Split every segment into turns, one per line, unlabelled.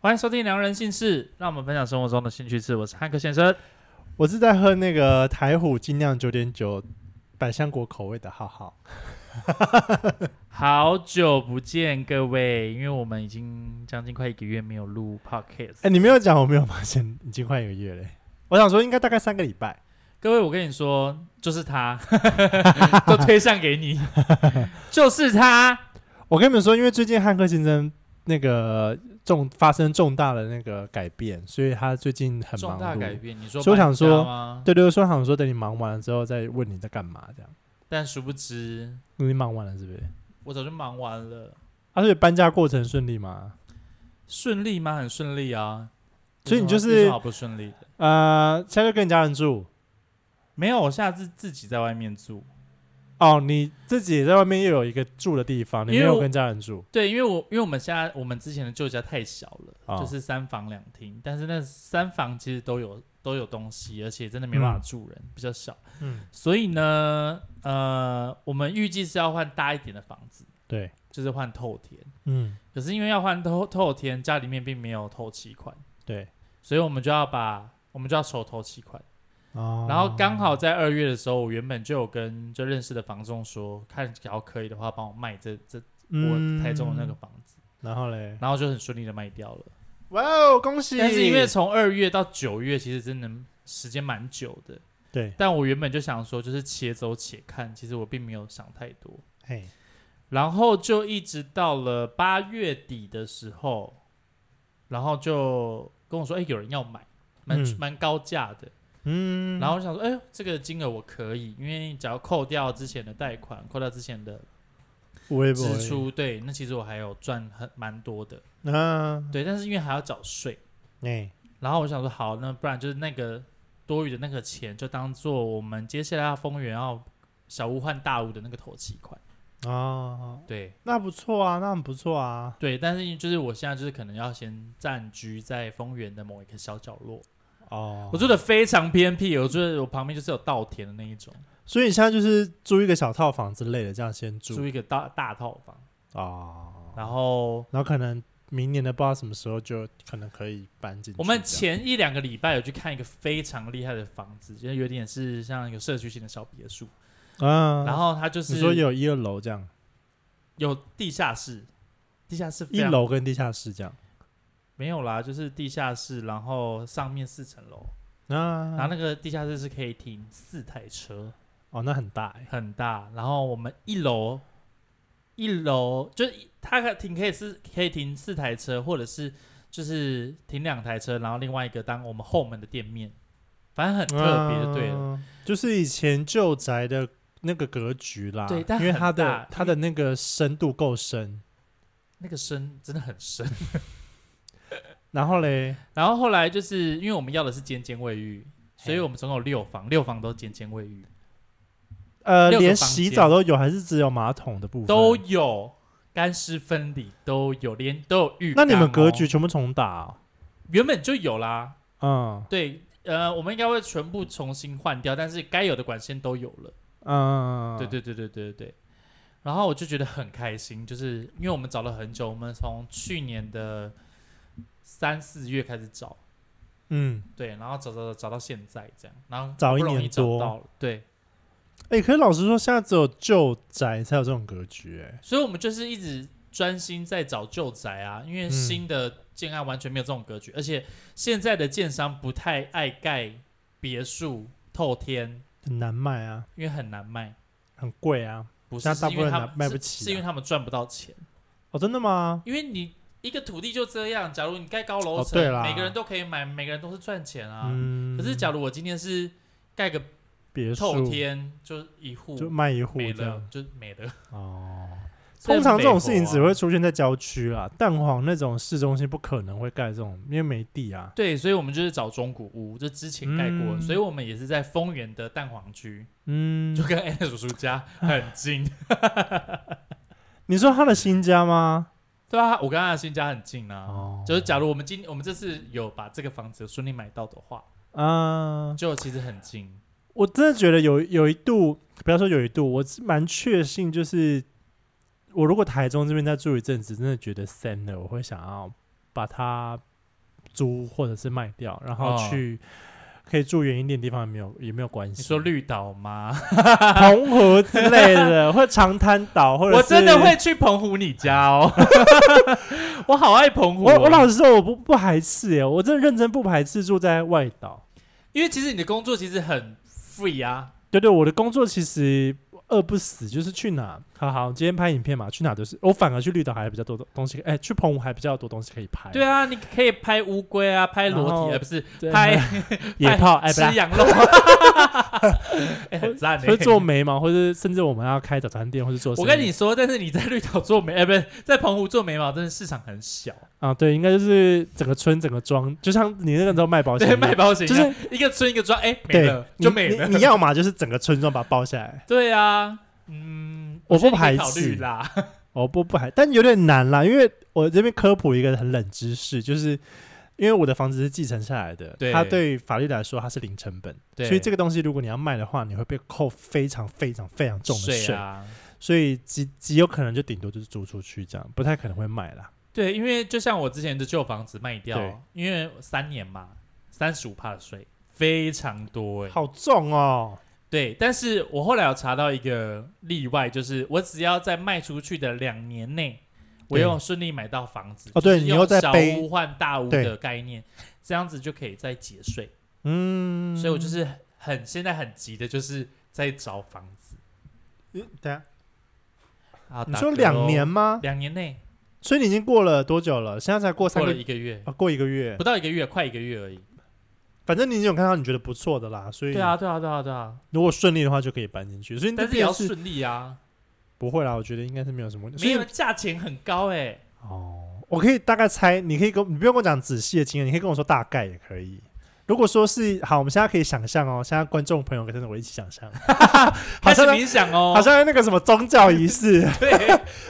欢迎收听《良人姓氏》，让我们分享生活中的兴趣事。我是汉克先生。
我是在喝那个台虎精酿九点九百香果口味的浩浩。
好久不见各位，因为我们已经将近快一个月没有录 podcast。
哎、你没有讲，我没有发现，已经快一个月嘞。我想说，应该大概三个礼拜。
各位，我跟你说，就是他， 都推上给 你，就是他。
我跟你们说，因为最近汉克先生那个重发生重大的那个改变，所以他最近很忙
重大改
碌。
变，你说
所以我想说
搬家吗？
对对，说想说等你忙完了之后再问你在干嘛这样。
但殊不知，
你忙完了是不是？
我早就忙完了。
啊，所以搬家过程顺利吗？
顺利吗？很顺利啊。
所以你就
有什么有什
是
么好不顺利的？
呃，现在就跟你家人住
没有，我下次自己在外面住。
哦，你自己也在外面又有一个住的地方，你没
因为
有
我
跟家人住
对，因为我因为我们现在我们之前的旧家太小了，
哦
就是三房两厅，但是那三房其实都有都有东西，而且真的没办法住人，比较小。
嗯，
所以呢，呃，我们预计是要换大一点的房子，
对，
就是换透天。
嗯，
可是因为要换透透天，家里面并没有透气款，
对。
所以我们就要把我们就要手头气款。
哦
然后刚好在二月的时候，我原本就有跟就认识的房仲说，看只要可以的话，帮我卖这这我台中的那个
嗯
房子，
然后嘞，
然后就很顺利的卖掉了。
哇哦，恭喜！
但是因为从二月到九月，其实真的时间蛮久的。
对，
但我原本就想说，就是且走且看，其实我并没有想太多。
嘿，
然后就一直到了八月底的时候，然后就跟我说：“哎、有人要买，蛮
嗯
蛮、高价的。
嗯
然后我想说：“哎、呦，这个金额我可以，因为只要扣掉之前的贷款，扣掉之前的
微博
支，出，对，那其实我还有赚很蛮多的。
啊，
对，但是因为还要缴税，
哎，
然后我想说，好，那不然就是那个多余的那个钱，就当做我们接下来要丰原要小屋换大屋的那个头期款。
哦，
对
那不错啊，那很不错啊，
对，但是就是我现在就是可能要先暂居在丰原的某一个小角落。
哦
我住的非常偏僻，我住的我旁边就是有稻田的那一种，
所以你现在就是租一个小套房之类的，这样先
住
住
一个大大套房，
哦，
然后。
然后可能明年的不知道什么时候就可能可以搬进去这
我
样。
们前一两个礼拜有去看一个非常厉害的房子，就是有点是像一个社区型的小别墅，
啊，
然后它就是
你说有一二楼这样，
有地下室，地下室非
一
常
楼跟地下室这样，
没有啦，就是地下室，然后上面四层楼，然后
啊，
那个地下室是可以停四台车，
哦，那很大哎，
很大。然后我们一楼，一楼就是一它可停可以是可以停四台车，或者是就是停两台车，然后另外一个当我们后门的店面，反正很特别，就对了。
嗯啊就是以前旧宅的那个格局啦，
对但
因为
很
它
大
的它的
因
那个深度够深，
那个深真的很深。
然后嘞，
然后后来就是因为我们要的是间间卫浴，所以
嘿
我们总共有六房，六房都间间卫浴
呃，
六个
连
房
洗
间
澡都有，还是只有马桶的部分？
都。有。干湿分离都有，连都有浴、
那你们格局全部重打哦、
原本就有啦，
嗯
对，呃，我们应该会全部重新换掉，但是该有的管线都有了，
嗯，
对对对对对对对。然后我就觉得很开心，就是因为我们找了很久，我们从去年的三四月开始找，
嗯，
对，然后找找找找到现在这样，然后
找
好不
一
容易
年
找
多
到了，对，
哎、可是老实说，现在只有旧宅才有这种格局、哎，
所以我们就是一直专心在找旧宅啊，因为
嗯
新的建案完全没有这种格局，而且现在的建商不太爱盖别墅透天，
很难卖啊，
因为很难卖。
很贵啊。
不是，
现在
是
大
因
部
为
分
他
拿
们
卖
是
不起
是因为
啊
他们赚不到钱。
哦，真的吗？
因为你一个土地就这样，假如你盖高楼
哦
层，
对啦
每个人都可以买，每个人都是赚钱啊。
嗯，
可是假如我今天是盖个
别
透
墅
天，就一户
就卖一户
没
这
了
样，
就没了。
哦。
所以
通常这种
美
事情
国啊
只会出现在郊区啦，蛋黄那种市中心不可能会盖这种，因为没地啊。
对，所以我们就是找中古屋，就之前盖过，
嗯
所以我们也是在丰原的蛋黄区，
嗯
就，跟 a n 叔叔家很近。
你说他的新家吗？
对啊，我跟他的新家很近啊。
哦
就是假如我们今我们这次有把这个房子顺利买到的话，
啊、
就其实很近。
我真的觉得有有一度，不要说有一度，我是蛮确信，就是我如果台中这边再住一阵子，真的觉得三了，我会想要把它租或者是卖掉，然后
哦
去可以住远一点的地方也没有也没有关系。
你说 绿岛吗？
澎湖之类的，或长滩岛，或者
我真的
是
会去澎湖你家哦， 我好爱澎湖哦、
我我老实说，我不不排斥耶，我真的认真不排斥住在外岛。
因为其实你的工作其实很 free 啊，
对对，我的工作其实饿不死，就是去哪，好好，今天拍影片嘛，去哪都是。我反而去绿岛还比较多东西，哎，去澎湖还比较多东西可以拍。
对啊，你可以拍乌龟啊，拍裸
然后
体，呃，不是
对，
拍
野
拍
炮，哎，不
吃
啦
羊肉， 哎很赞欸
会做眉毛，或者甚至我们要开早餐店，或者做
我
生意
跟你说，但是你在绿岛做眉，哎、不是在澎湖做眉毛，真的市场很小。
啊，对，应该就是整个村整个庄，就像你那个时候卖保险一
对，
样，
卖保险一
就
样
是
一个村一个庄，哎、没
对
了就
你
没
你
了。
你要嘛就是整个村庄把它包下来，
对啊，嗯，
我
觉得
不
你可以
排
考虑
斥
啦。
哦不不还，但有点难啦，因为我这边科普一个很冷知识，就是因为我的房子是继承下来的，
对
它对法律来说它是零成本，
对
所以这个东西如果你要卖的话，你会被扣非常非常非常重的税，
啊。
所以极极有可能就顶多就是租出去这样，不太可能会卖啦。
对，因为就像我之前的旧房子卖
对
掉，因为三年嘛，三十五帕的税非常多哎、
好重哦，
对，但是我后来有查到一个例外，就是我只要在卖出去的两年内，我
对
又顺利买到房子，
哦对
就是
你
用
又在
小
背
屋换大屋
对
的概念，这样子就可以再节税。
嗯，
所以我就是很现在很急的，就是在找房子
嗯等一下
啊。
你
打
说
嗝
两
咯
年？吗？
两年内
所以你已经过了多久了？现在才过三
过
个
了一个月，
啊，过一个月
不，到一个月，快一个月而已。
反正你已经有看到你觉得不错的啦，所以
对啊，对啊，对啊，对啊，
如果顺利的话就可以搬进去。所以
但
这
是也要
边是
顺利啊，
不会啦，我觉得应该是没有什么问题。所
没有
以
价钱很高哎、
哦，我可以大概猜，你可以跟我你不用跟我讲仔细的经验，你可以跟我说大概也可以。如果说是好，我们现在可以想象哦，现在观众朋友跟着我一起想象，好
开始
像
冥想哦，
好像那个什么宗教仪式。
对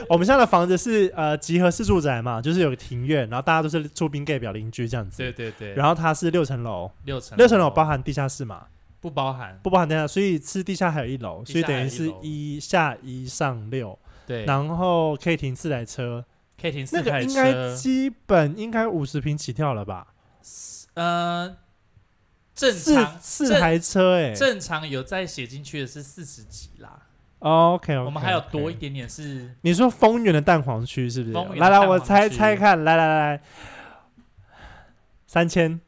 我们现在的房子是呃集合式住宅嘛，就是有个庭院，然后大家都是出兵盖表邻居这样子。
对对对，
然后它是六层楼，
六层
六层楼包含地下室嘛？
不包含？
不包含地下，所以是地下还有一楼，
地
所以
下还
等
有
于
一
是
楼
一下一上六，
对，
然后可以停四台车，
可以停四
那个
台
应
车，
该基本应该五十平起跳了吧？
呃，正
四
常
四
正
台车哎、
正常有再写进去的是四十几啦，
o k
我们还有多一。点点是
你说丰原的蛋黄区是不
丰原
是？
的
来来，
蛋
我
黄
猜
区
猜看，来来来来，三千，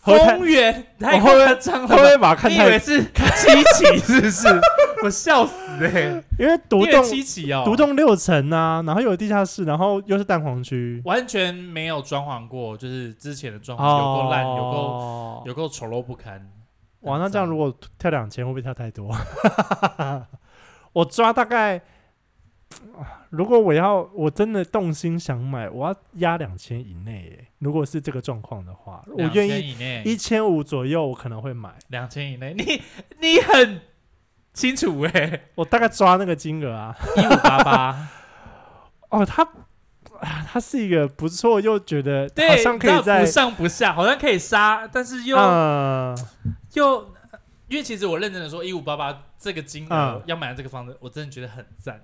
会不会太
丰原，太
会不会
夸张了
会不
吧，
会把它看
你以为
太？
是七 期是不是？我笑死哎，
因为
你
独
以为
栋
七期哦，
独栋六层啊，然后又有地下室，然后又是蛋黄区，
完全没有装潢过，就是之前的装潢有够烂，有够
哦，
有够丑陋不堪。
哇，那这样如
果
果跳两千，会不会跳太多？ 我抓大概，如果我要我真的动心想买，我要压两千以内耶。如果是这个状况的话，我愿意
以内，
一千五左右，我可能会买。
两千以内，你你很清楚哎、
我大概抓那个金额啊。
一五八八，
哦，它啊它是一个不错，又觉得
对，
好像可
你
以
知道
在
不上不下，好像可以杀，但是又、
嗯
又，呃因为其实我认真的说，一五八八这个金额、
嗯
要买到这个房子，我真的觉得很赞。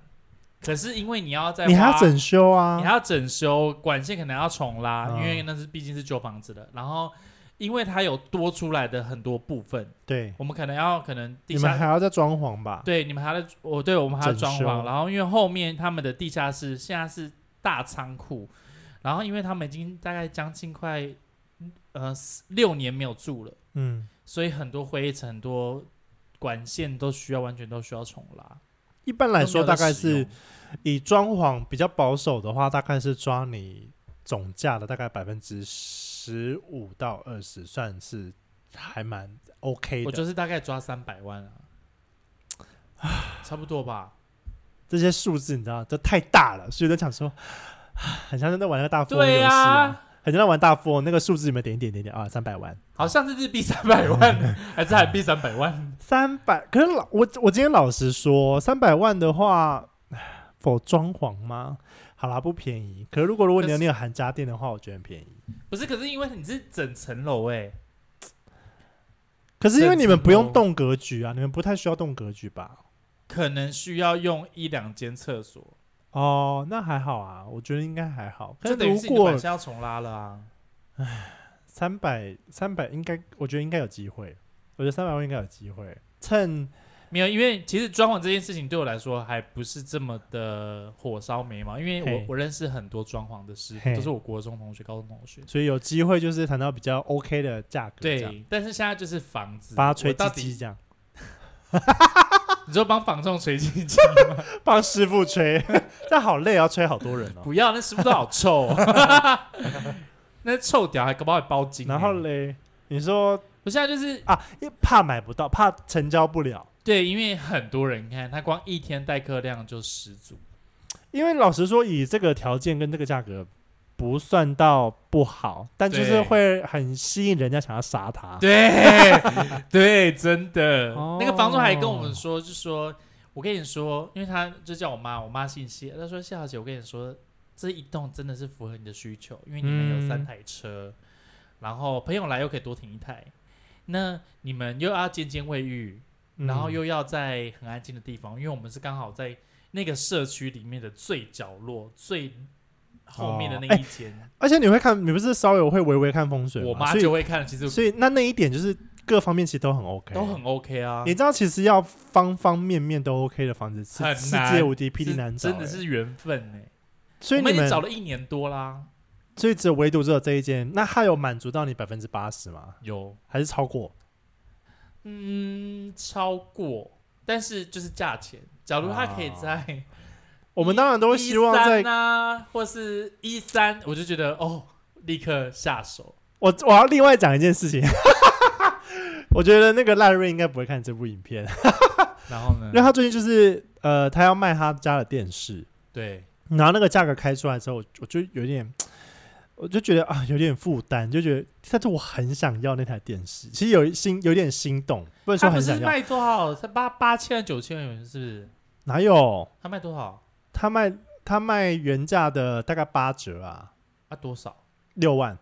可是因为你要在
你还要
花
整修啊
你还，要整修，管线可能要重拉，
嗯
因为那是毕竟是旧房子了。然后，因为它有多出来的很多部分，
对，
我们可能要可能地
你们
下
还要再装潢吧？
对你们还要我对我们还要
整
装
修
潢，然后因为后面他们的地下室现在是大仓库，然后因为他们已经大概将近快呃四六年没有住了，
嗯，
所以很多灰尘、很多管线都需要完全都需要重拉。
一般来
都没
说
有
大
在
概
使用
是。以装潢比较保守的话，大概是抓你总价的大概百分之十五到二十，算是还蛮 OK
我
的。
就是大概抓三百万啊，差不多吧。
这些数字你知道，这太大了，所以我在想说，啊很像是在玩那个大富翁游
对
戏、
呀、
啊，很像在玩大富翁，那个数字里面点一点点点啊，三百万，
好像是日币三百万， 还是韩币三百万？
三百。可是老我我今天老实说，三百万的话，否装潢吗？好啦，不便宜。可是如果如果你
可
有
是
你有含家电的话，我觉得很便宜。
不是，可是因为你是整层楼哎，
可是因为你们不
甚
用
至
动格局啊，你们不太需要动格局吧？
可能需要用一两间厕所，
哦，那还好啊，我觉得应该还好。
就
但
等于是你的
如
管
果
线要重拉了啊。
三百三百应该，我觉得应该有机会，我觉得三百万应该有机会。趁
没有，因为其实装潢这件事情对我来说还不是这么的火烧眉毛，因为
嘿
我我认识很多装潢的师
嘿
傅，都是我国中同学、高中同学。
所以有机会就是谈到比较 OK 的价格，这样，
对，但是现在就是房子，
帮他
我
吹
到
鸡
底
鸡这样，
你说帮房仲吹鸡 鸡，
帮师傅吹，但好累，要吹好多人哦。
不要，那师傅都好臭、啊 那臭屌还搞不好还包金、
然后，嘞，你说
我现在就是
啊，因为怕买不到，怕成交不了，
对，因为很多人，你看他光一天待客量就十足，
因为老实说，以这个条件跟这个价格。不算到不好，但就是
对
会很吸引人家想要杀他。
对对，真的。
哦
那个房东还跟我们说，就说我跟你说，因为他就叫我妈，我妈姓谢，她说谢小姐，我跟你说，这一栋真的是符合你的需求，因为你们
嗯
有三台车，然后朋友来又可以多停一台，那你们又要尖尖卫浴，
嗯
然后又要在很安静的地方，因为我们是刚好在那个社区里面的最角落、最后面的
哦
那一间，
而且你会看，你不是稍微会微微看风水吗？
我妈
所以
就会看，其实
所以那那一点就是各方面其实都很 OK，
都很 OK 啊。
你知道，其实要方方面面都 OK 的房子是
很
世
难
界无敌霹雳
是
难找、
真的
欸
是缘分哎、
所以
我们
你
已经找
们，
了一年多啦，
所以只有唯独只有这一间，那它有满足到你百分之八十吗？
有
还是超过？
嗯超过，但是就是价钱，假如他可以在
啊我们当然都会
一
希望在
三啊，或是一三，我就觉得哦，立刻下手。
我我要另外讲一件事情， 我觉得那个赖瑞应该不会看这部影片，
然后呢
因为？他最近就是呃，他要卖他家的电视，
对，
然后那个价格开出来之后，我我就有点，我就觉得啊，有点负担，就觉得，但是我很想要那台电视，其实有一心有点心动，不能说
他不
很
是
想要，
卖多少？才八八千九千元是不是？
哪有
他卖多少？
他卖他卖原价的大概八折啊，
啊多少？
六万，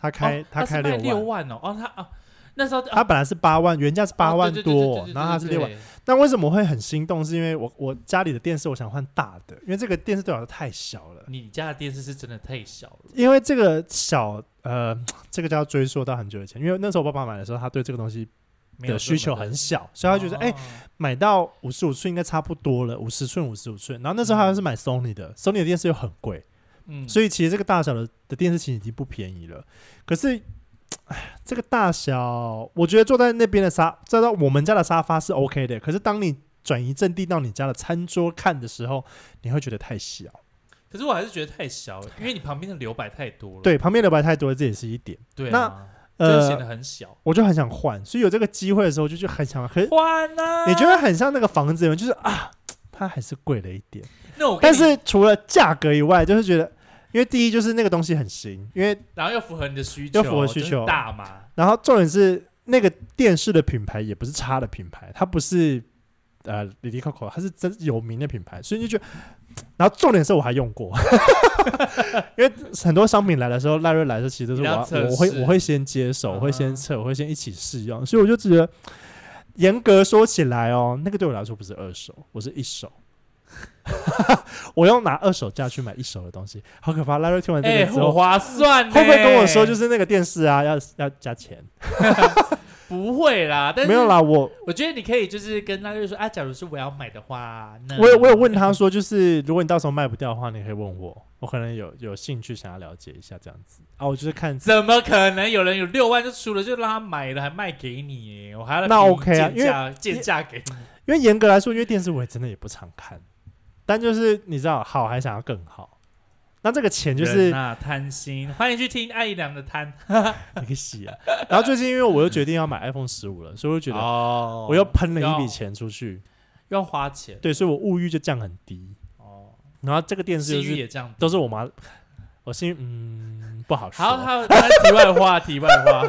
他开、
哦
他
是
开
卖
六
六
万。
万哦，哦他啊那时候啊
他本来是八万，原价是八
哦
万多，然后他
他
是六万。，但为什么会很心动？是因为我我家里的电视我想换大的，因为这个电视对我来说太小了。
你家的电视是真的太小了。
因为这个小呃，这个就要追溯到很久以前，因为那时候我爸爸买的时候，他对这个东西
没有
的需求很小，所以他觉得
哦
哎、买到五十五寸应该差不多了，五十寸、五十五寸。然后那时候好像是买 Sony 的，Sony 的电视又很贵，
嗯，
所以其实这个大小的的电视其实已经不便宜了。可是，哎，这个大小，我觉得坐在那边的沙，坐到我们家的沙发是 OK 的。可是当你转移阵地到你家的餐桌看的时候，你会觉得太小。
可是我还是觉得太小了，因为你旁边的留白太多了。
对，旁边留白太多，这也是一点。
对
那
啊，就显得
呃，
很小。
我就很想换，所以有这个机会的时候，就就很想。可是
换啊！
你就会很像那个房子，就是啊，它还是贵了一点。
那我跟
但
你，
是除了价格以外，就是觉得，因为第一就是那个东西很新，因为
然后又符合你的需求，
又符合需求
就是大嘛？
然后重点是那个电视的品牌也不是差的品牌，它不是呃里里扣扣，它是真有名的品牌，所以你就觉得。然后重点是我还用过， 因为很多商品来的时候，赖瑞来的时候其实都是我
你要
要
测
我会
试
我会先接手，我会
嗯哼
先测，我会先一起试用，所以我就觉得，严格说起来哦，那个对我来说不是二手，我是一手。 我要拿二手价去买一手的东西，好可怕！赖瑞听完这
哎，
个之后，
很划哎算呢。
会不会跟我说就是那个电视啊，要要加钱？
不会啦？但是
没有，啦，我
我觉得你可以就是跟他就说啊，假如是我要买的话，那
我有我有问他说，就是如果你到时候卖不掉的话，你可以问我，我可能有有兴趣想要了解一下这样子啊。我就是看
怎么可能有人有六万就出了，就让他买了还卖给你耶？我还要
那
便宜
OK 啊
贱价贱价给你。
因为严格来说，因为电视我也真的也不常看，但就是你知道，好还想要更好。那这个钱就是
人啊贪心，欢迎去听艾姨良的贪。
你可以洗啊。然后最近因为我又决定要买 iPhone 十五了，所以我就觉得
哦
我又喷了一
要
笔钱出去，
要花钱
对，所以我物欲就降很低。
哦，
然后这个电视就
信誉
是
也这样
都是我妈，我心嗯不好说。
好，好，那题外话，题外话，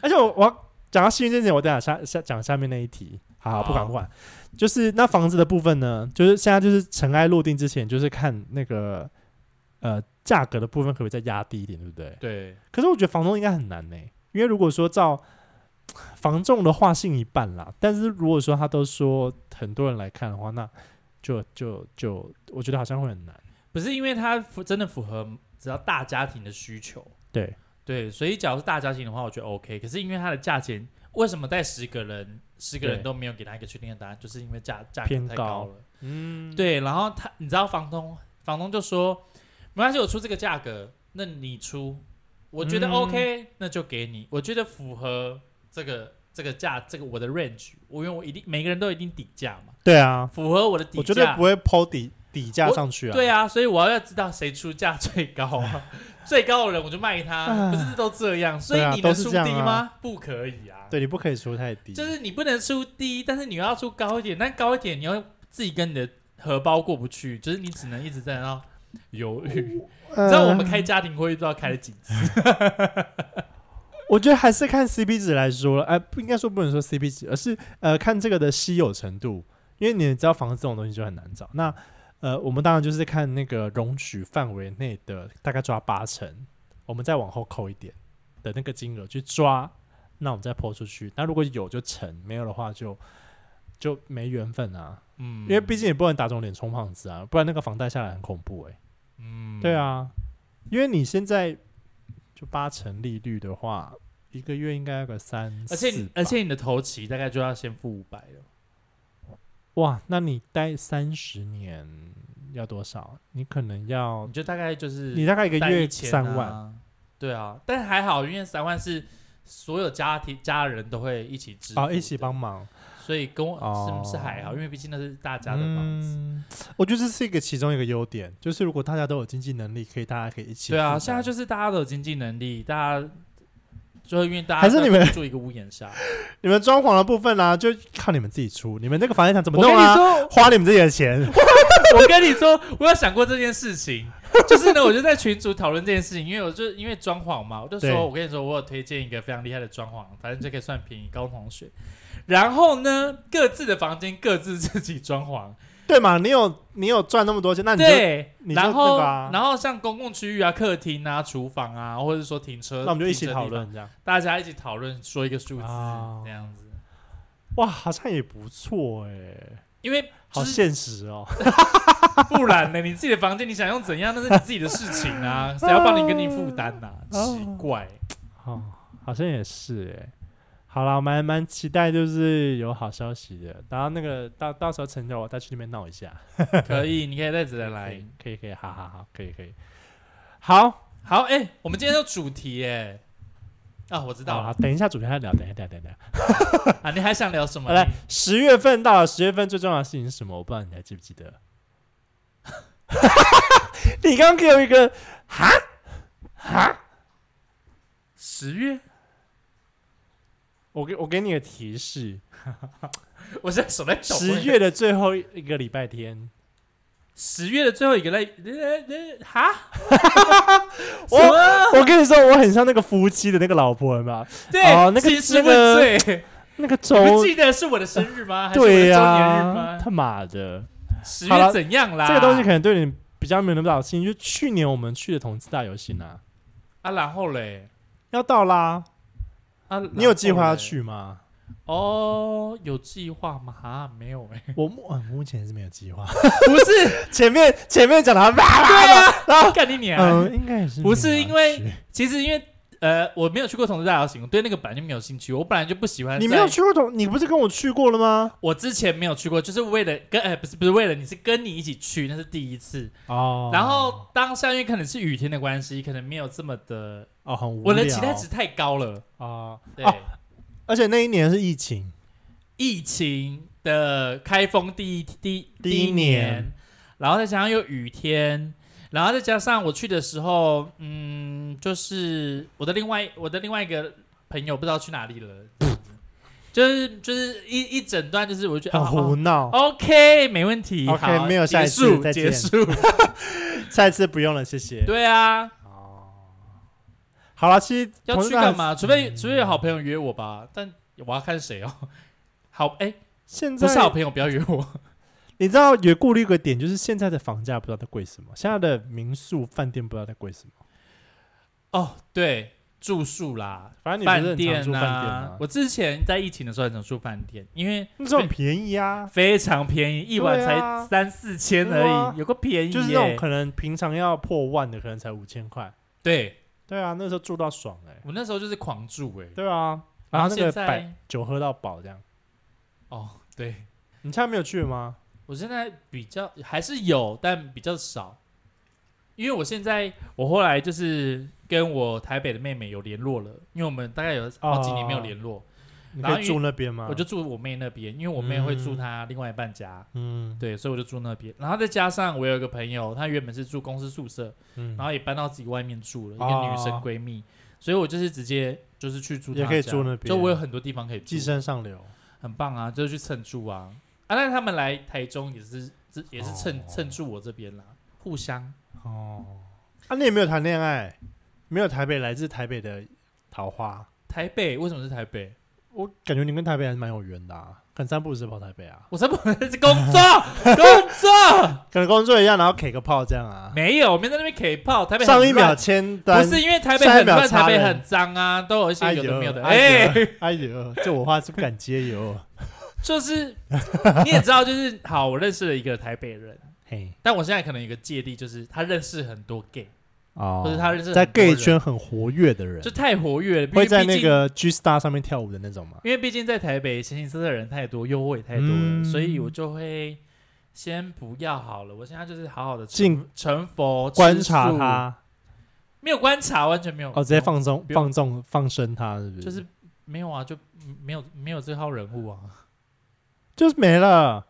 而且我我要讲到幸运这点，我等一下下下讲下面那一题。好
好
不管不管，就是那房子的部分呢，就是现在就是尘埃落定之前，就是看那个呃价格的部分可不可以再压低一点，对不 对？
对，
可是我觉得房东应该很难呢、因为如果说照房仲的话信一半啦，但是如果说他都说很多人来看的话，那就就就我觉得好像会很难。
不是因为它符真的符合只要大家庭的需求，
对，
对，所以假如是大家庭的话，我觉得 OK。可是因为它的价钱，为什么带十个人，十个人
对
都没有给他一个确定的答案，就是因为价价
偏
格太
高
高了。
嗯，
对，然后他你知道房东，房东就说没关系，我出这个价格，那你出，我觉得
嗯
OK，、那就给你，我觉得符合这个这个价，这个我的 range，我因为我一定每个人都一定底价嘛，
对啊，
符合我的底
我绝对
价
不。会抛底底价
我
上去 啊。
对啊，所以我要知道谁出价最高啊， 最高的人我就卖他，
唉
不是都这样，所以
对啊
你
都
能
是
出
这样
低
啊
吗？不可以啊，
对，你不可以出太低。
就是你不能出低，但是你要出高一点，但高一点你要自己跟你的荷包过不去，就是你只能一直在那犹豫。
呃
你知道我们开家庭会议都要开了几次？
我觉得还是看 CP 值来说了，哎、不应该说不能说 CP 值，而是呃看这个的稀有程度，因为你知道房子这种东西就很难找。那呃，我们当然就是看那个容许范围内的，大概抓八成，我们再往后扣一点的那个金额去抓，那我们再抛出去。那如果有就成，没有的话就就没缘分啊，
嗯
因为毕竟也不能打肿脸充胖子啊，不然那个房贷下来很恐怖哎、
嗯
对，啊，因为你现在就八成利率的话，一个月应该要个三，
而且
四
你
吧
而且你的头期大概就要先付五百了，
哇，那你贷三十年要多少？你可能要
你就大概就是
你大概一个
贷
月
1000
三万，
啊。对啊，但还好，因为三万是所有家庭家人都会一起支付
哦，一起
的
帮，忙
所以跟我
哦
是是还好，因为毕竟那是大家的房子。
嗯我觉得这是一个其中一个优点，就是如果大家都有经济能力，可以大家可以一起
对啊，
负担
现在就是大家都有经济能力，大家就因为大家
还是你们
都住一个屋檐 下。
你们装潢的部分啊，就靠你们自己出，你们那个房地产怎么
我跟
弄
你
啊？
说，
花你们自己的钱，
我跟你说，我有想过这件事情， 就是呢，我就在群组讨论这件事情，因为我就因为装潢嘛，我就
对
说，我跟你说，我有推荐一个非常厉害的装潢，反正就可以算便宜，高同学。然后呢，各自的房间各自自己装潢，
对嘛？你有你有赚那么多钱，啊那你就
对
你，就
然后
那个啊
然后像公共区域啊、客厅啊、厨房啊，或者说停车，
那我们就一起
停车地
讨
方，
论这样。
大家一起讨论，说一个数字
啊
这样子，
哇，好像也不错哎、
因为
好
就是
现实哦。
不然呢？你自己的房间你想用怎样，那是你自己的事情 啊，谁要帮你跟你负担呐？奇怪，
哦，好像也是哎。好了，我蛮蛮期待，就是有好消息的。然后那个到到时候成交，我再去那边闹一下。
可以，你可以再直接
可
来
以。，可以，可以，好好好，可以，可以。好，
好，哎，我们今天的主题哎，啊，我知道
好好，
了
等一下主题再聊，等一下，等一下，等一下。
啊，你还想聊什么
好？来，十月份到了，十月份最重要的事情是什么？我不知道你还记不记 得。你刚刚给我一个哈哈，
十月，
我给我给你个提示，
我现在手在抖。
十，月的最后一个礼拜天，
十月的最后一个礼，呃呃哈，什
我
么？
我跟你说，我很像那个夫妻的那个老婆有没有？
对
哦，那个
兴师
那个
问罪，
那个
你不
周，
记得是我的生日 吗？还是我的周
对
年
呀、
日吗？啊
他妈的，
十
好
月
了
怎样啦？
这个东西可能对你比较没有那么大的兴趣。就去年我们去的同志大游行啊，
啊，然后嘞，
要到啦，
啊，
你有计划
然后
要
嘞？
去吗？
哦，有计划吗？啊，没有哎、
我目、呃目前是没有计划，
不 是，
前面前面讲的 叭叭叭，然后
啊干你娘！
嗯，应该也是
不是
没有
因为
要去
其实因为呃，我没有去过同志大游行，我对那个本来就没有兴趣，我本来就不喜欢。
你没有？去过同，你不是跟我去过了吗？
我之前没有去过，就是为了跟哎、不是不是为了你是跟你一起去，那是第一次。
哦
然后当下因为可能是雨天的关系，可能没有这么的，
哦，很无聊
我的期待值太高了。
啊、
对，
哦而且那一年是疫情，
疫情的开封第一第
第一
一
年，
然后再加上又雨天，然后再加上我去的时候，嗯，就是我的另外我的另外一个朋友不知道去哪里了，嗯就是就是一一整段就是我就觉得
很胡
哦
闹。
哦 OK 没问题
OK，
好
没有下一
结
次
束
再见
结束，
下一次不用了，谢谢。
对啊，
好了，其实
要
同
去
志大
干？嘛？除非除非有好朋友约我吧，但我要看谁哦。好，哎、
现在
不是好朋友，不要约我。
你知道有顾虑一个点，就是现在的房价不知道在贵什么，现在的民宿饭店不知道在贵什么。
哦，对，住宿啦，
反正你
饭
不是很常
店
住饭店
啊
吗，
我之前在疫情的时候很常住饭店，因为
那时候很便宜啊，
非常便宜，一晚
对啊
才三四千
对啊
而已，有个便宜耶，
就是那种可能平常要破万的，可能才五千块。
对
对啊，那时候住到爽哎、
我那时候就是狂住哎、
对啊，然后那
现
个百
在
酒喝到饱这样。
哦，对
你现在没有去吗？
我现在比较还是有，但比较少，因为我现在我后来就是跟我台北的妹妹有联络了，因为我们大概有好几年没有联络，
你
然后
可以
因为
住那边吗？
我就住我妹那边，因为我妹会住
嗯
她另外一半家，
嗯
对，所以我就住那边。然后再加上我有一个朋友，她原本是住公司宿舍，
嗯，
然后也搬到自己外面住了，一
哦
个女生闺蜜，所以我就是直接就是去住她
也
家，
可以住那边
就我有很多地方可以住
寄，生上流。
很棒啊，就是去蹭住啊。啊，但是他们来台中也是这也是蹭、
哦
蹭住我这边啦，互相
哦，啊，你也没有谈恋爱，没有台北来自台北的桃花，
台北为什么是台北？
我感觉你跟台北还是蛮有缘的、啊，可能三不五时跑台北啊，
我才不是工 作工作，
可能工作一样，然后 K 个炮这样啊。
没有，我们在那边 K 炮，台北很
上一秒
乱
签单，
不是因为台北
上一
很
秒
乱，
插
台北
人
很脏啊，都有一
哎
些有
呦
的没有的，
哎
哎、
呦哎呦，这我话是不敢接哟。
就是你也知道，就是好，我认识了一个台北人，
嘿，
但我现在可能有一个芥蒂，就是他认识很多 gay，
哦，
或者他认识
在
很多
gay
人
圈很活跃的人
就，太活跃了，毕
会在那。
毕竟
个 G Star 上面跳舞的那种吗？
因为毕竟在台北，形形色色的人太多，诱惑也太多了，
嗯
所以我就会先不要好了。我现在就是好好的
静
成佛，
观
吃素
察，他，
没有观察，完全没有。
哦，直接放纵、
不用
放纵、放生他，是不是？
就是没有啊，就没有没有这号人物啊，
就是没了，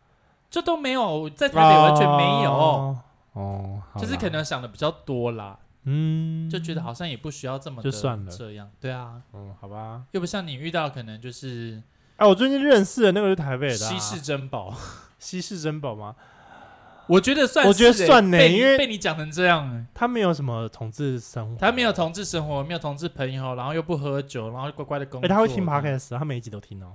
就都没有。我在台北完全没有，
哦，哦好啦
就是可能想的比较多啦，
嗯，
就觉得好像也不需要这么
就
的
算了
这样对啊，
嗯，好吧。
又不像你遇到可能就是
哎、我最近认识的那个是台北的、啊、
稀世珍宝，
稀世珍宝吗？
我觉得算是欸，
我觉得算呢
被你
因为
被你讲成这样欸，
他没有什么统治生活，
他没有，同志生活，没有同志朋友，然后又不喝酒，然后又乖乖的工
哎、
作。
他会听 podcast，他每一集都听哦。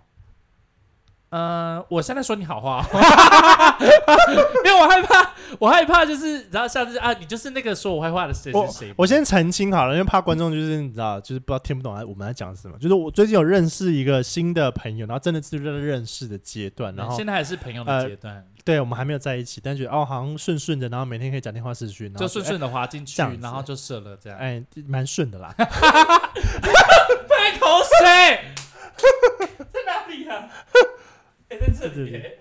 嗯、我现在说你好话 哦，因为我害怕，我害怕就是，然后下次啊，你就是那个说我坏话的谁谁谁。
我先澄清好了，因为怕观众就是你知道，就是不知道听不懂我们在讲什么。就是我最近有认识一个新的朋友，然后真的是在认识的阶段，然后
嗯现在还是朋友的
呃
阶段，
对我们还没有在一起，但觉得哦好像顺顺的，然后每天可以讲电话视讯，然后
就顺顺的滑进去，
这样子
然后就射了这样。
哎，哎蛮顺的 啦。
拍口 水，在哪里啊？哎、在这里耶、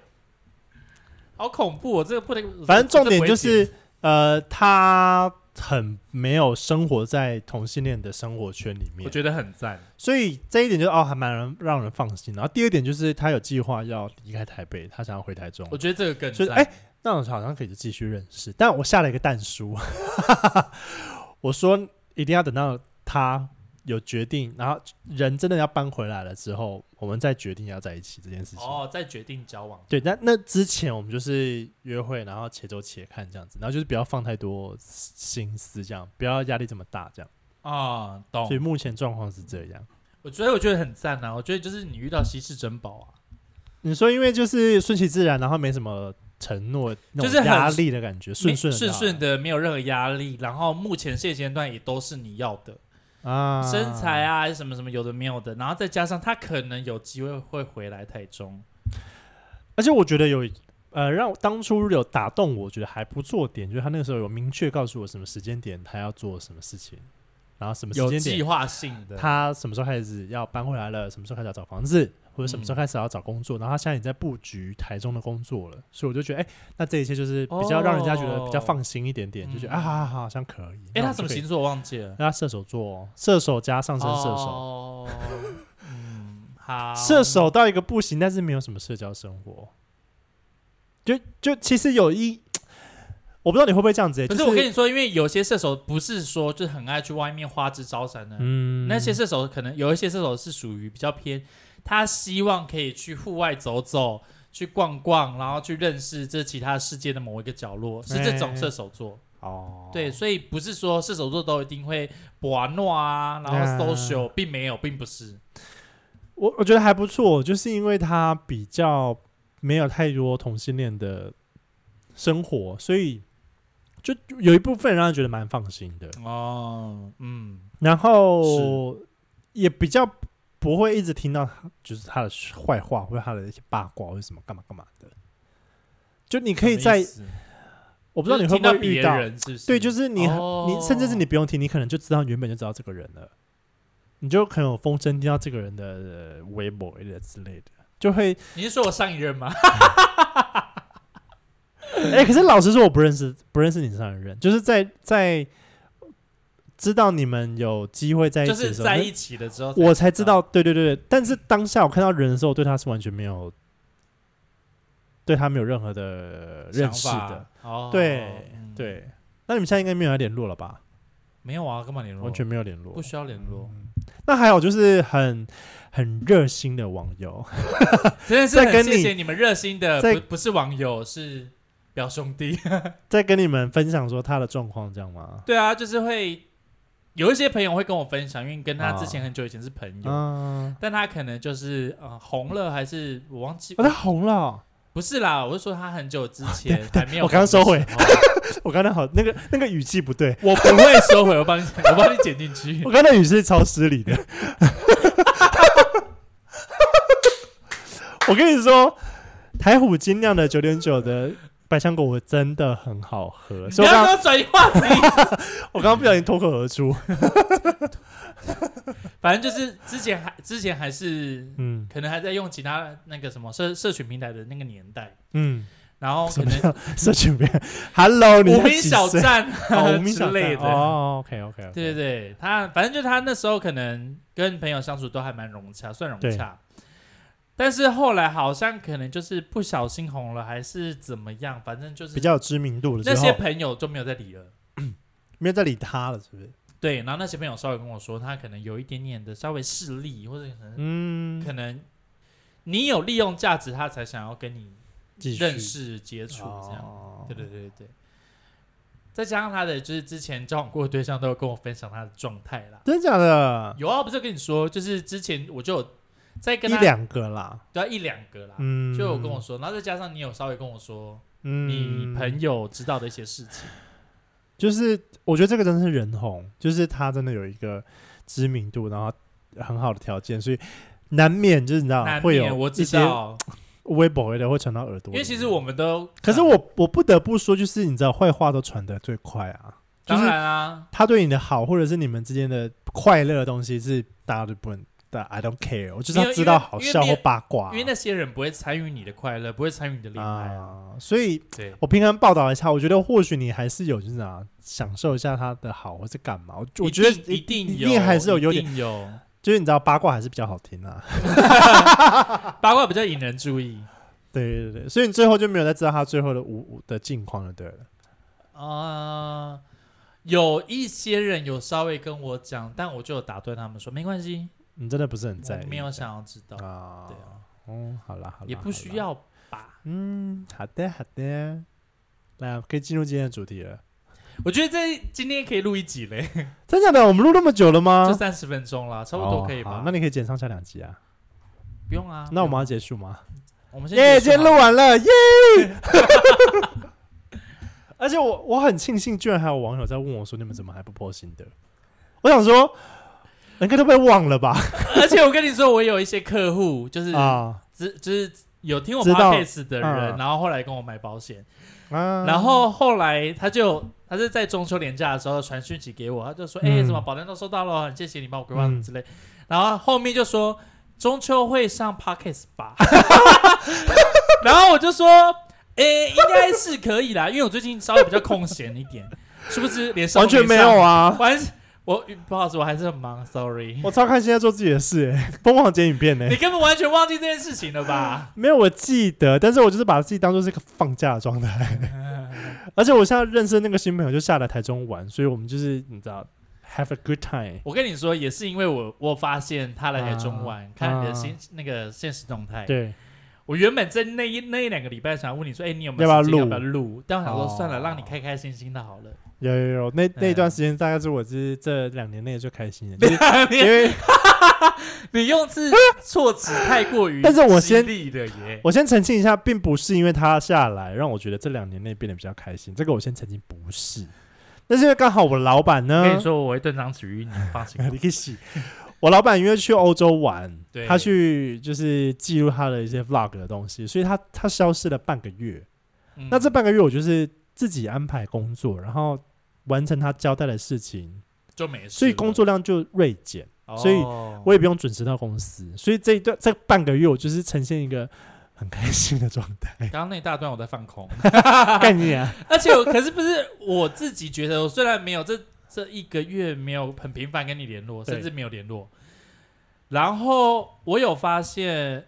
好恐怖、哦！这个不能，
反正重点就
这不会
是呃，他很没有生活在同性恋的生活圈里
剪，
面
我，觉得很赞。
所以这一点就是哦，还蛮让让人放心。然后第二点就是他有计划要离开台北，他想要回台中
我。觉得这个更
就是
赞
哎、那我好像可以继续认识，但我下了一个蛋书， 我说一定要等到他有决定，然后人真的要搬回来了之后，我们再决定要在一起这件事情。
哦，再决定交往。
对，那那之前我们就是约会，然后且走且看这样子，然后就是不要放太多心思，这样不要压力这么大，这样。
啊、
所以
懂。
目前状况是这样。
我所以我觉得很赞啊！我觉得就是你遇到稀世珍宝啊，
你说，因为就是顺其自然，然后没什么承诺，那
就是
种
很
压力的感觉，顺
没
顺
顺顺
的啊
的，没有任何压力。然后目前现阶段也都是你要的、
到啊，
身材啊，什么什么有的没有的。然后再加上他可能有机会会回来台中，
而且我觉得有呃，让我当初有打动我，觉得还不错点，就是他那个时候有明确告诉我什么时间点他要做什么事情，然后什么时
有
间
计
点
划性的。
他什么时候开始要搬回来了，什么时候开始要找房子，或者什么时候开始要找工作，然后他现在也在布局台中的工作了，所以我就觉得，哎、那这一切就是比较让人家觉得比较
哦
放心一点点，就觉得
嗯
啊，好好好像可以。
哎、
那我
他
们
什么
就可以
星？座我忘记了？
那他射手座、哦，射手加上升射手。
哦，嗯，好，
射手到一个不行，但是没有什么社交生活。就就其实有一，我不知道你会不会这样子、欸，
可
就是
我跟你说，因为有些射手不是说就是很爱去外面花枝招展的，
嗯
那些射手可能有一些射手是属于比较偏，他希望可以去户外走走，去逛逛，然后去认识这其他世界的某一个角落，是这种射手座。
哎哦，
对，所以不是说射手座都一定会玩闹啊，然
啊
后 social，、并没有，并不是。
我我觉得还不错，就是因为他比较没有太多同性恋的生活，所以就有一部分让人觉得蛮放心的，
哦，嗯，
然后也比较不会一直听到他就是他的坏话或者他的一些八卦或者什么干嘛干嘛的，就你可
什
以
么
在
意思
我不知道你会
听
不
到
会遇
别
到，
人是不是？
对，就是你、
哦
你甚至是你不用听，你可能就知道原本就知道这个人了，你就很有风声听到这个人的呃微博的之类的，就 会
你是说我上一任吗？
哎、可是老实说，我不认识不认识你上一任，就是在在知道你们有机会在 一
就
起的
是
时候，
在一起的时候，
我才知道，对对对对。但是当下我看到人的时候，我对他是完全没有对他没有任何的认识的。。
哦，
对
嗯，
对，那你们现在应该没有要联络了吧？
没有啊，干嘛联络？
完全没有联络
不。需要联络。
那还有就是很很热心的网友，
真的是
在
很
跟
谢
你
谢你们热心的，
在
不不是网友，是表兄弟。
在跟你们分享说他的状况，这样吗？
对啊，就是会有一些朋友会跟我分享，因为跟他之前很久以前是朋友，
啊，
但他可能就是呃红了，还是我忘记，
哦，他红了哦、
不是啦，我是说他很久之 前还没有
我
红的时候。
刚刚收回 我刚才好那个那个语气不对，
我不会收回，我帮你， 我帮你剪进去
我。刚才语气超失礼的。我跟你说，台虎精酿的九点九的百香果，我真的很好喝，
你
所
不
以我
要
刚
给我转移话题。
我刚刚不小心脱口而出。
反正就是之前还之前还是
嗯
可能还在用其他那个什么社社群平台的那个年代，
嗯，
然后可
怎么
能
样？社群边，Hello，你
无
才
名
几
小
岁
站
哦
啊
无名
之
小
类的。
站哦，OK OK，
对对对，他反正就他那时候可能跟朋友相处都还蛮融洽，算融洽。但是后来好像可能就是不小心红了，还是怎么样，反正就是
比较有知名度
那
的时
些
候，
朋友就没有再理了。
没有再理他了，是不是？
对，然后那些朋友稍微跟我说，他可能有一点点的稍微势利，或者可能、
嗯，
可能你有利用价值，他才想要跟你
继续
认识接触这样。
哦
对对对对对。再加上他的就是之前交往过的对象都有跟我分享他的状态啦，
真的假的？
有啊，不是跟你说，就是之前我就有在跟
一
他
两个啦，
对啊一两个啦，
嗯，
就有跟我说，然后再加上你有稍微跟我说
嗯，
你朋友知道的一些事情，
就是我觉得这个真的是人红，就是他真的有一个知名度，然后很好的条件，所以难免就是你知道
难
啊会
免
有
我
一
知
些
道，
微博的会传到耳
因
朵里面。
为其实我们都，啊
可是我我不得不说，就是你知道坏话都传得最快啊，就
当
是
然啊，
他对你的好，或者是你们之间的快乐的东西是大家都不能。但 I don't care，我就是
没
要
有
知
因
道
为
好
因为
笑
没有
或八卦啊、
因为那些人不会参与你的快乐，不会参与你的恋爱啊，
啊，所以
对，
我平常报道一下，我觉得或许你还是有就是啊，享受一下他的好或是干嘛。我我觉得
一定
一
有
定还是有优点
一，定有
就是你知道八卦还是比较好听啊。
八卦比较引人注意
对对对，所以你最后就没有再知道他最后的无的近况了，对了。
啊。有一些人有稍微跟我讲，但我就有打断他们说，没关系，
你真的不是很在
我
意，
没有想要知道，
啊，
对啊，
嗯，好啦好啦，
也
好
不
啦
需。要吧。
嗯，好的好的，那可以进入今天的主题了。
我觉得这今天可以录一集嘞，
真假的，我们录那么久了吗
就？三十分钟啦，差不多可以
啊哦好
吧？
那你可以剪上下两集啊。
不用啊，
那我们
不
要结束吗？
用我们先
耶，
结
哎今
束
天
好
录
了，
完了，耶！ 而且我我很庆幸，居然还有网友在问我说，你们怎么还不破新的？我想说，应该都被忘了吧？
而且我跟你说，我有一些客户就是
啊
只就是有听我
知道
podcast 的人，
嗯
然后后来跟我买保险，
啊
然后后来他就他是在中秋连假的时候传讯息给我，他就说：“哎，
嗯
什么保单都收到了，很谢谢你帮我规划
嗯
之类。”然后后面就说中秋会上 podcast 吧， 然后我就说：“哎，应该是可以啦，因为我最近稍微比较空闲一点，是不是？连上
完
都
全没有
上
啊！
我还是我不好意思，我还是很忙，sorry。
我超开心在做自己的事、欸， 疯狂剪影片呢、
你根本完全忘记这件事情了吧？
没有，我记得，但是我就是把自己当做是个放假的状态。 嗯而且我现在认识那个新朋友，就下来台中玩，所以我们就是你知道，have a good time。
我跟你说，也是因为我我发现他来台中玩，看你的
啊
新、那个现实动态。
对，
我原本在那一那一两个礼拜想问你说，哎、你有没有
要不要
时间
录
要不要录？但我想说
哦
算了，让你开开心心的好了。
有有有，那那一
嗯
段时间大概是我这这两年内最开心的，就是因
你
为
你用字措辞太过于，
但是我先
利的耶。
我先澄清一下，并不是因为他下来让我觉得这两年内变得比较开心，这个我先澄清不是。但是因为刚好我老板
我跟
呢
你，说，我会断章取义，你放 心。
你可以洗。我老板因为去欧洲玩
对，
他去就是记录他的一些 vlog 的东西，所以他他消失了半个月。
嗯
那这半个月我就是自己安排工作，然后完成他交代的事情，
就没事了。
所以工作量就锐减，
哦，。
所以我也不用准时到公司。所以这一段这半个月，我就是呈现一个很开心的状态
刚刚那一大段我在放空，
概念啊，
而且我可是不是我自己觉得，我虽然没有这这一个月没有很频繁跟你联络，
对
甚至没有联络，然后我有发现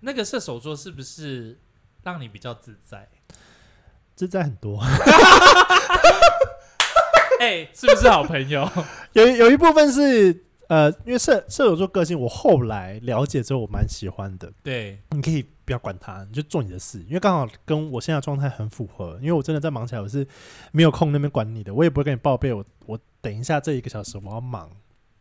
那个射手座是不是让你比较自在？
这在很多。
哎、是不是好朋友？
有有一部分是呃，因为射射手座个性，我后来了解之后，我蛮喜欢的。
对，
你可以不要管他，你就做你的事，因为刚好跟我现在的状态很符合。因为我真的在忙起来，我是没有空那边管你的，我也不会跟你报备。我我等一下这一个小时我要忙，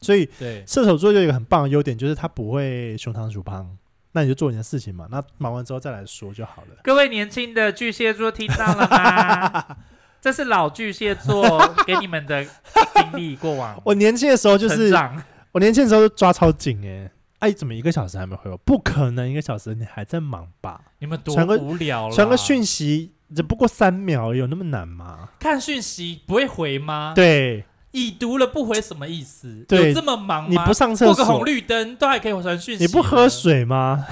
所以
对，
射手座有一个很棒的优点，就是他不会胸膛鼠胖。那你就做你的事情嘛，那忙完之后再来说就好了。
各位年轻的巨蟹座听到了 吗？这是老巨蟹座给你们的经历过 往
我年轻的时候就是
长，
我年轻的时候就抓超紧哎、哎，怎么一个小时还没回我？不可能，一个小时你还在忙吧？
你们多
传个
无聊了，
传个讯息只不过三秒，有那么难吗？
看讯息不会回吗？
对
已读了不回什么意思？
对
有这么忙吗？
你不上厕
过个红
所，
绿灯都还可以传讯息，
你不喝？水吗？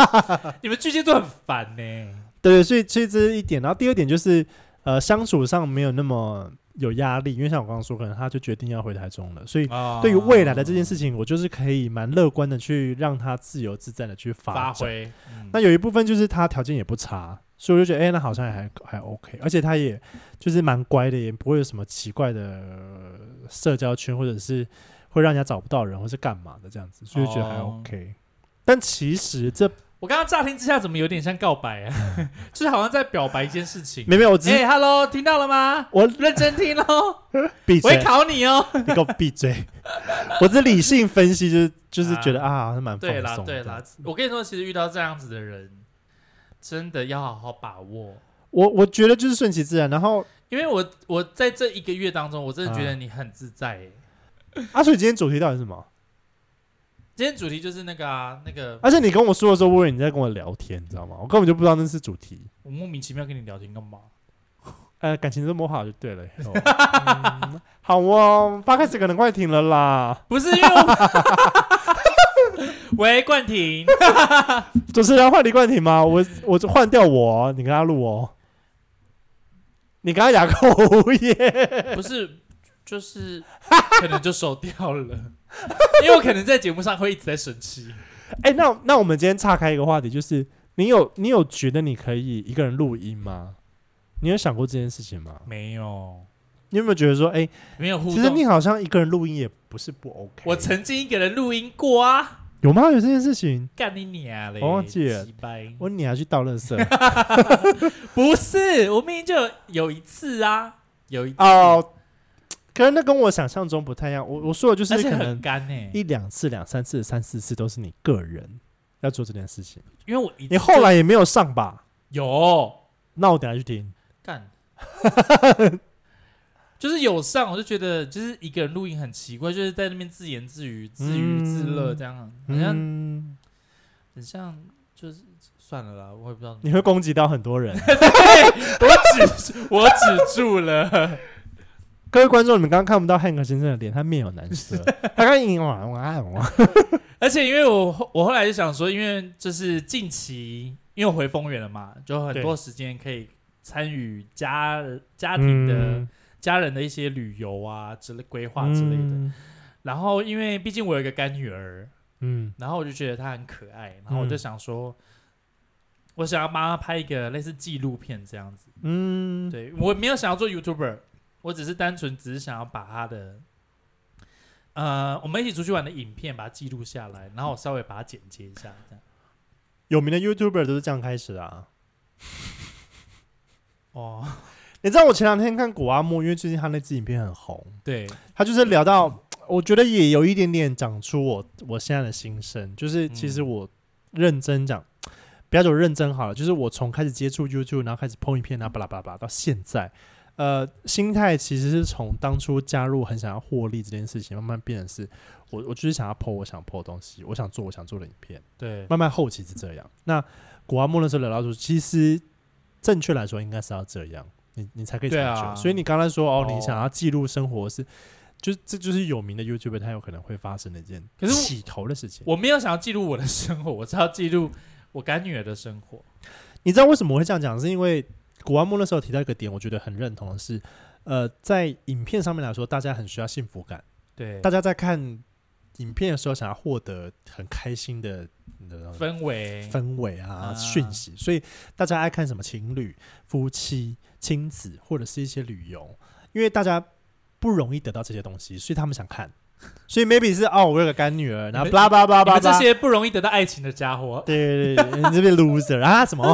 你们巨蟹座很烦呢、
对，所以所以这是一点。然后第二点就是，呃，相处上没有那么有压力，因为像我刚刚说，可能他就决定要回台中了，所以
啊
对于未来的这件事情，我就是可以蛮乐观的去让他自由自在的去发
发
展。
挥，嗯
那有一部分就是他条件也不差，所以我就觉得，哎、那好像也还还 OK，而且他也就是蛮乖的，也不会有什么奇怪的呃社交圈，或者是会让人家找不到人，或是干嘛的这样子，所以就觉得还
哦嗯
OK。但其实这
我刚刚乍听之下怎么有点像告白啊？ 就是好像在表白一件事情。
没有没有，我只是
哎、h e l l o 听到了吗？
我
认真听喽，
闭
我会
嘴，
考你哦。
你给我闭嘴！ 我只理性分析，就是就是觉得啊，还是蛮放
对啦，
松
对
的。
啦，我跟你说，其实遇到这样子的人，真的要好好把握。
我我觉得就是顺其自然。然后
因为我我在这一个月当中，我真的觉得
嗯
你很自在、欸。
阿水今天主题到底是什么？
今天主题就是那个啊，那个
而且你跟我说的时候，我以为你在跟我聊天，你知道吗？我根本就不知道那是主题。
我莫名其妙跟你聊天干嘛？
呃，感情这么好就对 了。以后嗯好哦，八开始可能快停了啦，
不是因为我，喂，冠廷，
主持人要换李冠廷吗？我我就换掉我，你跟他录哦。你跟他哑口无言，
不是，就是可能就收掉了，因为我可能在节目上会一直在生气。
哎、那那我们今天岔开一个话题，就是你有你有觉得你可以一个人录音吗？你有想过这件事情吗？
没有，
你有没有觉得说，哎、
没有互
其实你
动。
好像一个人录音也不是不 OK？
我曾经一个人录音过啊，
有吗？有这件事情？
干你娘嘞！
我忘记了
鸡掰
我你还去倒垃圾
不是，我明明就有有一次啊，有一次，
哦？可能那跟我想象中不太一样。我我说的就是
而且
可
很
能
干欸呢，
一两次、两三次、三四次都是你个人要做这件事情，
因为我一次
你后来也没有上吧？
就有
那我等下去听。
干， 就是有上，我就觉得就是一个人录音很奇怪，就是在那边自言自语、自娱自乐这样，啊好像、
嗯，
很像就是算了啦，我也不知 道怎
你
么。
会攻击到很多 人。
我止住了，
各位观众，你们刚刚看不到汉克先生的脸，他面有难 色，他刚赢哇哇哇，
而且因为我后我后来就想说，因为就是近期因为我回丰原了嘛，就很多时间可以参与家家庭的、
嗯
家人的一些旅游啊之类规划之类的。
嗯
然后因为毕竟我有一个干女儿，
嗯
然后我就觉得她很可爱，然后我就
嗯
想说，我想要帮她拍一个类似纪录片这样子。
嗯，
对我没有想要做 YouTuber，我只是单纯只是想要把她的，呃，我们一起出去玩的影片把它记录下来，然后我稍微把它剪接一下，这样。
有名的 YouTuber 都是这样开始的啊。
哦，
你知道我前两天看古阿莫，因为最近他那支影片很红，
对，
他就是聊到，我觉得也有一点点讲出我我现在的心声，就是其实
嗯
我认真讲，不要说认真好了，就是我从开始接触 YouTube，然后开始碰一片，啊然后巴拉巴拉巴拉到现在，呃，心态其实是从当初加入很想要获利这件事情，慢慢变成是我我就是想要 PO 我想 PO 的东西，我想做我想做的影片，
对，
慢慢后期是这样。那古阿莫那时候聊到说，其实正确来说应该是要这样，你你才可以
对
长
啊
久。所以你刚才说哦，你
哦
想要记录生活是，就是这就是有名的 YouTuber 他有可能会发生的一件
可是我
起头的事情。
我没有想要记录我的生活，我是要记录我干女儿的生活。
你知道为什么我会这样讲？是因为古玩木那时候提到一个点，我觉得很认同的是，呃，在影片上面来说，大家很需要幸福感，
对
大家在看影片的时候想要获得很开心的你知道吗
氛围，
氛围啊、
啊
讯息，所以大家爱看什么情侣、夫妻、亲子，或者是一些旅游，因为大家不容易得到这些东西，所以他们 想看。所以 maybe 是哦，我有个干女儿，然
你
后
们
巴拉巴拉
你
巴拉，
们这些不容易得到爱情的家伙，
对对对，你这边 loser 啊什么？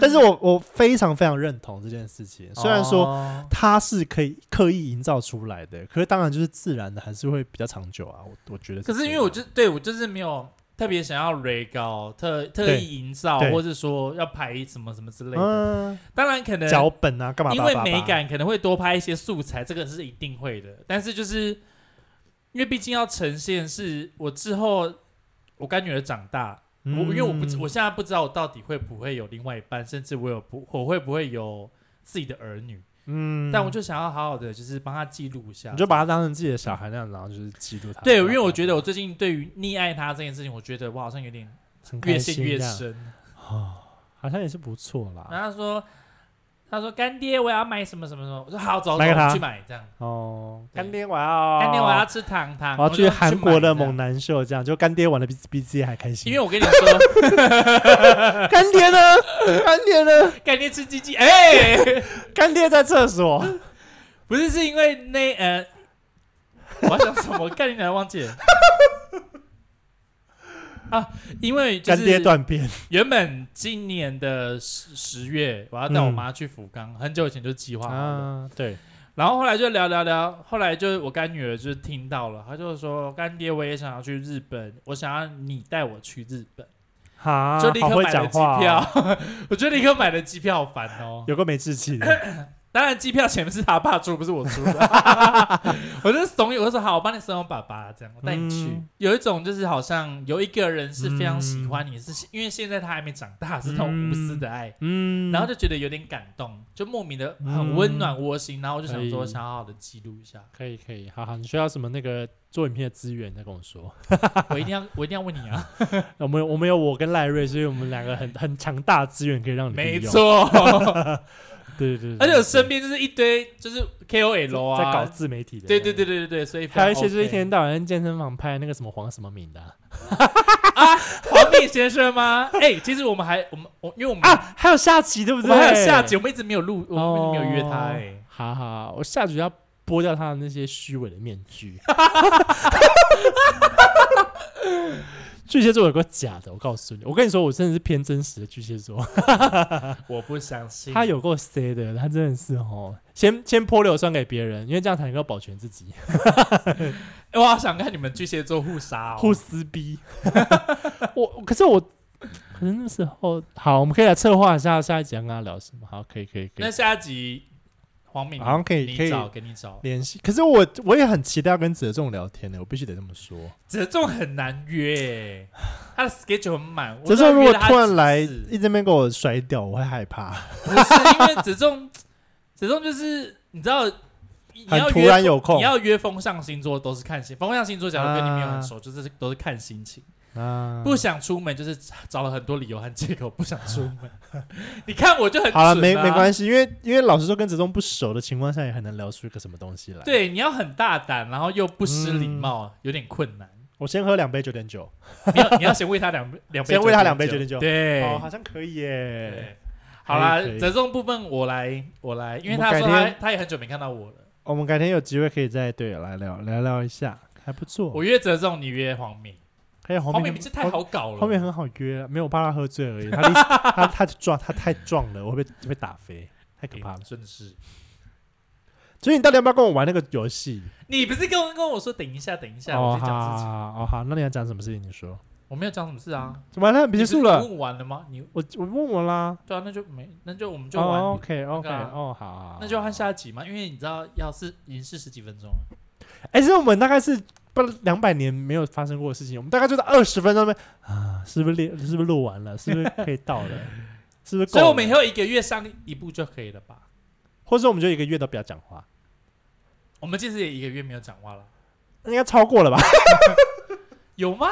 但是我我非常非常认同这件事情，虽然说
哦
它是可以刻意营造出来的，可是当然就是自然的还是会比较长久啊。我我觉得这
可
样，
是因为我就对我就是没有特别想要 r 高，特特
对
意营造，
对
或者说要排什么什么之类的。
嗯
当然可能
脚本啊干嘛？
因为
叭叭叭
美感可能会多拍一些素材，这个是一定会的。但是就是因为毕竟要呈现是我之后我干女儿长大，我因为我不知
嗯
我现在不知道我到底会不会有另外一半，甚至我有不我会不会有自己的儿女，
嗯
但我就想要好好的就是帮她记录一下
你。就把它当成自己的小孩那样，然后就是记录他。
对，因为我觉得我最近对于溺爱她这件事情，我觉得我好像有点
很开
越陷
心
越
这样
深。啊
哦，好像也是不错啦。
然后她说。她说：“干爹，我要买什么什么什么。”我说：“好，走，走
买给她
去买。”这样，
哦，
对
干爹我要
干爹，我要吃糖糖。
我要
就
去韩国的
买这样
猛男秀，这样就干爹玩的比比自己还开
因
心。
为我跟你说，
干爹呢？干爹呢？
干爹吃鸡鸡，哎、
干爹在厕所。
不是，是因为那呃，我要讲什么？干你娘，忘记了。啊，因为就
干爹
是
断片。
原本今年的十十月，我要带我
嗯
妈去福冈，很久以前就计划好
啊
了。，
对，
然后后来就聊聊聊，后来就我干女儿就听到了，她就说：“干爹，我也想要去日本，我想要你带我去日本。
好，
就立
啊好
刻
会
买了
讲
机
话哦
票，， 我就立刻买了机票，好烦哦。
有个没志 气的。
当然，机票钱是他爸出，不是我出的。 我就怂恿，我就说好，我帮你怂恿爸爸，这样我带你去。
嗯
有一种就是好像有一个人是非常喜欢你，是因为现在他还没长大，是那种无私的爱，
嗯
然后就觉得有点感动，就莫名的很温暖窝心。然后我就想
可
说，
以
想好好的记录一下，
可以可以，好好，你需要什么那个做影片的资源再跟我说。
我一定要，我一定要问你啊！
我们我们有我跟赖瑞，所以我们两个很很强大的资源可以让你利
没
用。
错，
对，对对
而
对，
且我身边就是一堆就是 KOL
在搞
啊，
自媒体的，
对对对。对对对，所以非常
还有一些就是一
OK
天到晚在健身房拍那个什么黄什么敏的啊
黄帝先生吗？ 哎，其实我们还我们我因为我们
啊，还有下集对不
嗯我
对？
们还有下集，我们一直没有录，我
哦
们一直没有约他哎、
好好，好我下集要剥掉他的那些虚伪的面具。巨蟹座有个假的，我告诉你，我跟你说，我真的是偏真实的巨蟹座，
我不相信
他有够 C 的，他真的是哦，先先泼硫酸给别人，因为这样才能够保全自己，
哎我好想看你们巨蟹座互杀、哦，
互撕逼。 我可是我，可是那时候好，我们可以来策划一下下一集要跟他聊什么。好，可以可以可
那
以
下一集黄敏
好像可以可
你
以
找给你找，
联系。可是我我也很期待要跟子仲聊天的，我必须得这么说。
这种很难约、哎他的 schedule 很满。我
只是
都要
如果
约他
突然来
几次
一直边给我甩掉，我会害怕，
不是因为子仲，子仲就是你知道。你
很
要
突
约
然有空
你要约风象星座都是看星，风象星座假如跟你没有很熟，就是都是看心情。
啊
不想出门，就是找了很多理由和借口不想出门。 你看我就很、啊
好了，没没关
系。
系，因为因为老实说，跟子忠不熟的情况下，也很难聊出一个什么东西来。，
对，你要很大胆，然后又不失
嗯
礼貌，有点困难。
我先喝两杯九点九，
你要你要先喂他两杯两杯，
先喂他两杯九点九
对，
哦，好像可以耶
对。好啦，
可以可以
折中部分我来我来，因为
我们
他说
改
他
天
他也很久没看到我了。
我们改天有机会可以再对来聊聊聊一下，还不错
我。约折中，你约黄敏，
还有黄
黄
敏
敏这太好搞了。
后面很好约，没有我怕他喝醉而已。他力他他壮，他太壮了，我会被被打飞，太可怕了
哎。真的是。
所以你到底要不要跟我玩那个游戏？
你不是跟我跟我说等一下等一下，
哦
我先
好，
讲事情，
哦好，那你要讲什么事情？你说。
我没有讲什么事啊。
怎么了？嗯结束
你不
了？
是问完了吗？你
我我问我啦。
对啊，那就没，那就我们就玩。
哦，OK OK，
那个啊
哦，好好，好
那就要看。下一集嘛，因为你知道，要是已经是十几分钟了，
哎，这是我们大概是不两百年没有发生过的事情，我们大概就在二十分钟那边啊，是不是列是不是录完了？是不是可以到了？是不是够
所
了？
以我们以后一个月上一部就可以了吧？
或者我们就一个月都不要讲话，
我们其实也一个月没有讲话了，
应该超过了吧？
有吗？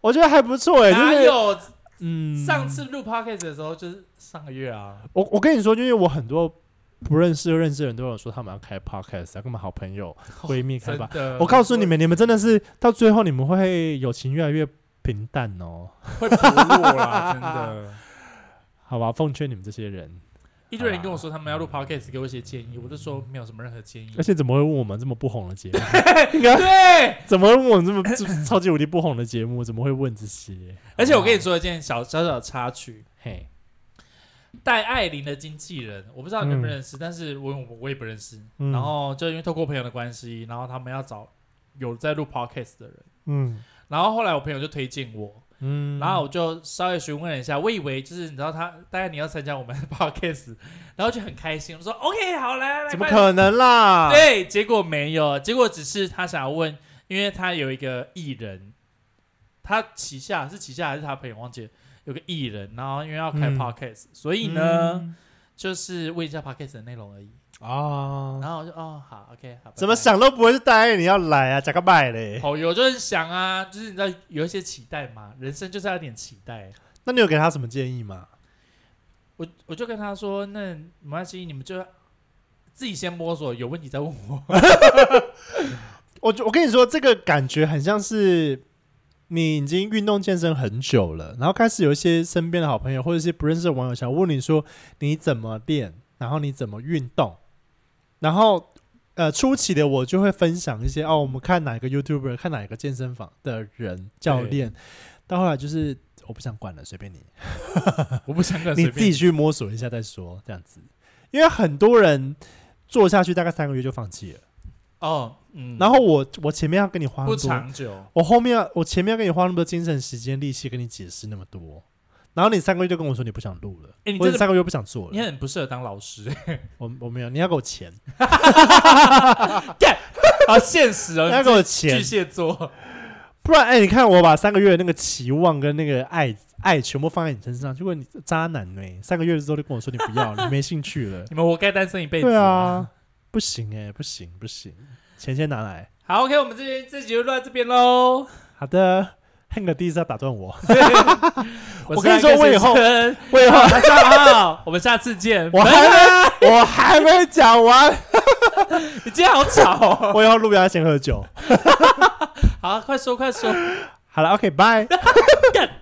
我觉得还不错哎、
哪
就是
有？
嗯，
上次录 podcast 的时候就是上个月啊，
我我跟你说，因为我很多不认识、认识的人都有说他们要开 podcast，要跟我们啊好朋友、闺蜜开
哦真
吧。
的。
我告诉你们，你们真的是到最后，你们会友情越来越平淡哦，
会薄弱啦，真 的。
好吧？奉劝你们这些人，
一堆人跟我说他们要录 podcast，给我一些建议，我就说没有什么任何建议
而。且怎么会问我们这么不红的节目？
对，
怎么会问我们这么这超级无敌不红的节目？怎么会问这些？
而且我
哦
跟你说一件小小小的插曲，
嘿，
戴爱玲的经纪人，我不知道你认不
嗯
认识，但是我我我也不认识。
嗯
然后就因为透过朋友的关系，然后他们要找有在录 podcast 的人，
嗯
然后后来我朋友就推荐我，
嗯
然后我就稍微询问了一下，我以为就是你知道他，大概你要参加我们的 podcast，然后就很开心，我说 OK 好来来来，
怎么
快
可能啦？
对，啊结果没有，结果只是他想要问，因为他有一个艺人，他旗下是旗下还是他朋友忘记了，有个艺人，然后因为要开
嗯
podcast，、所以呢，
嗯
就是问一下 podcast 的内容而已。
啊，
然后我就哦好 OK 好，
怎么
拜拜？
想都不会是答应你要来啊，假个拜嘞。
哦，有就是想啊，就是你知道有一些期待嘛，人生就是要有点期待。
那你有给他什么建议吗？
我我就跟他说，那没关系，你们就自己先摸索，有问题再问我。
我就我跟你说，这个感觉很像是你已经运动健身很久了，然后开始有一些身边的好朋友或者是不认识的网友想问你说你怎么练，然后你怎么运动，然后呃初期的我就会分享一些哦，我们看哪个 YouTuber，看哪个健身房的人教练，到后来就是我不想管了，随便你。
我不想跟
你自己
己
去摸索一下再说，这样子。因为很多人做下去大概三个月就放弃了，
哦，嗯，
然后我我前面要跟你花那
不
么多，
长久，
我后面要我前面要跟你花那么多精神、时间、力气跟你解释那么多，然后你三个月就跟我说你不想录了，
哎你
或
真
者
的
三个月不想做
你
了，
很不适合当老师，
我我没有，你要给我钱，
好现实
你要
哦，
给我
你巨
钱，
蟹座，
不然哎、你看我把三个月的那个期望跟那个爱爱全部放在你身上，结果你渣男呢、三个月之后就跟我说你不要，你没兴趣 了，
你们活该单身一辈子。
对啊，，不行哎、不行不行，钱先拿来。
好，OK，我们这边这集就录到这边喽。
好的，Hank 第一次要打断 我，
我
我跟你说我以后
大
我以后
家好，我们下次见。
我还没我还没讲完，
你今天好吵哦，
我以后录要先喝酒。
好，快说快说。
好了，OK，拜。
干